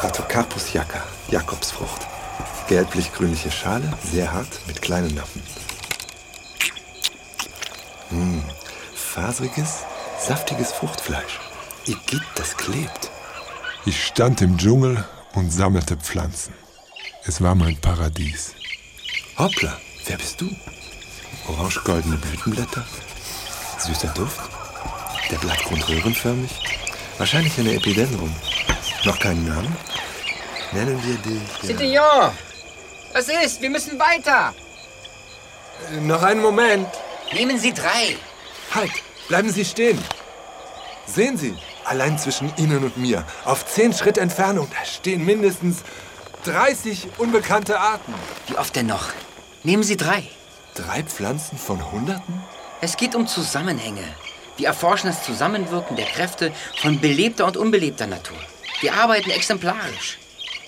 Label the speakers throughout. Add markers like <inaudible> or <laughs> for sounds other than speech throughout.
Speaker 1: Rhatocapus jacca, Jakobsfrucht. Gelblich-grünliche Schale, sehr hart, mit kleinen Noppen. Mmh, faseriges, saftiges Fruchtfleisch. Igitt, das klebt.
Speaker 2: Ich stand im Dschungel und sammelte Pflanzen. Es war mein Paradies.
Speaker 1: Hoppla, wer bist du? Orange-goldene Blütenblätter, süßer Duft, der Blattgrund röhrenförmig, wahrscheinlich eine Epidendrum. Noch keinen Namen? Nennen wir dich.
Speaker 3: City, ja. Was ist? Wir müssen weiter.
Speaker 4: Noch einen Moment.
Speaker 3: Nehmen Sie drei.
Speaker 4: Halt, bleiben Sie stehen. Sehen Sie, allein zwischen Ihnen und mir, auf zehn Schritt Entfernung, da stehen mindestens 30 unbekannte Arten.
Speaker 3: Wie oft denn noch? Nehmen Sie drei.
Speaker 1: Drei Pflanzen von Hunderten?
Speaker 3: Es geht um Zusammenhänge. Wir erforschen das Zusammenwirken der Kräfte von belebter und unbelebter Natur. Wir arbeiten exemplarisch.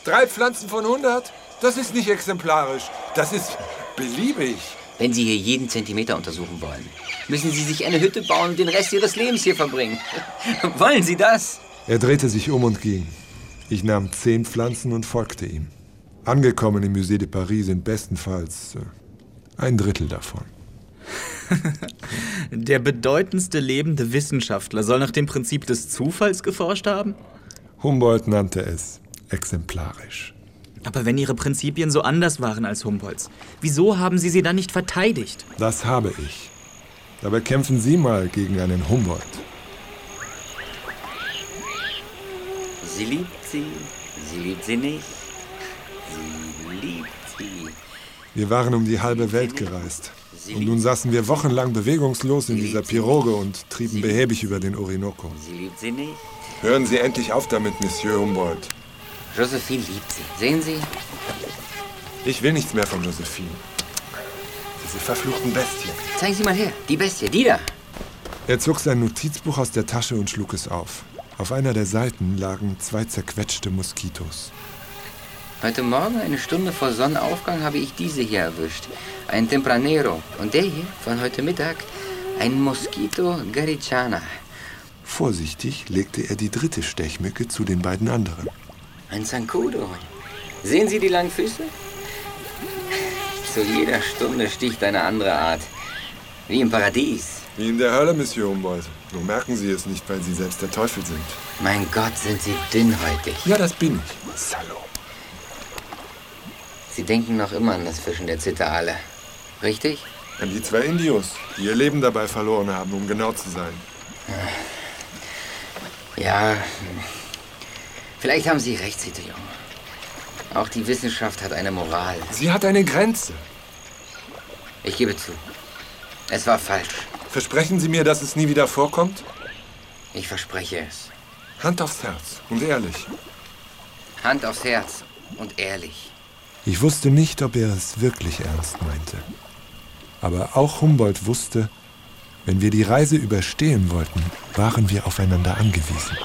Speaker 4: Drei Pflanzen von 100? Das ist nicht exemplarisch. Das ist beliebig.
Speaker 3: Wenn Sie hier jeden Zentimeter untersuchen wollen, müssen Sie sich eine Hütte bauen und den Rest Ihres Lebens hier verbringen. <laughs> wollen Sie das?
Speaker 2: Er drehte sich um und ging. Ich nahm zehn Pflanzen und folgte ihm. Angekommen im Musée de Paris sind bestenfalls äh, ein Drittel davon.
Speaker 5: Der bedeutendste lebende Wissenschaftler soll nach dem Prinzip des Zufalls geforscht haben?
Speaker 2: Humboldt nannte es exemplarisch.
Speaker 5: Aber wenn Ihre Prinzipien so anders waren als Humboldts, wieso haben Sie sie dann nicht verteidigt?
Speaker 2: Das habe ich. Dabei kämpfen Sie mal gegen einen Humboldt.
Speaker 3: Sie liebt sie, sie liebt sie nicht, sie liebt sie.
Speaker 2: Wir waren um die halbe Welt gereist. Und nun saßen wir wochenlang bewegungslos in dieser Piroge und trieben behäbig über den Orinoco.
Speaker 3: Sie liebt sie nicht.
Speaker 2: Hören Sie endlich auf damit, Monsieur Humboldt.
Speaker 3: Josephine liebt sie. Sehen Sie?
Speaker 2: Ich will nichts mehr von Josephine. Diese verfluchten Bestien.
Speaker 3: Zeigen Sie mal her. Die Bestie, die da.
Speaker 2: Er zog sein Notizbuch aus der Tasche und schlug es auf. Auf einer der Seiten lagen zwei zerquetschte Moskitos.
Speaker 3: Heute Morgen, eine Stunde vor Sonnenaufgang, habe ich diese hier erwischt. Ein Tempranero. Und der hier, von heute Mittag, ein Mosquito Gariciana.
Speaker 1: Vorsichtig legte er die dritte Stechmücke zu den beiden anderen.
Speaker 3: Ein Zancudo. Sehen Sie die langen Füße? Zu jeder Stunde sticht eine andere Art. Wie im Paradies.
Speaker 2: Wie in der Hölle, Monsieur Humboldt. Nur merken Sie es nicht, weil Sie selbst der Teufel sind.
Speaker 3: Mein Gott, sind Sie dünnhäutig.
Speaker 2: Ja, das bin ich. Salom.
Speaker 3: Sie denken noch immer an das Fischen der Zitterale. Richtig?
Speaker 2: An die zwei Indios, die ihr Leben dabei verloren haben, um genau zu sein.
Speaker 3: Ja, vielleicht haben Sie recht, Citillon. Auch die Wissenschaft hat eine Moral.
Speaker 2: Sie hat eine Grenze.
Speaker 3: Ich gebe zu, es war falsch.
Speaker 2: Versprechen Sie mir, dass es nie wieder vorkommt?
Speaker 3: Ich verspreche es.
Speaker 2: Hand aufs Herz und ehrlich.
Speaker 3: Hand aufs Herz und ehrlich.
Speaker 2: Ich wusste nicht, ob er es wirklich ernst meinte. Aber auch Humboldt wusste, wenn wir die Reise überstehen wollten, waren wir aufeinander angewiesen.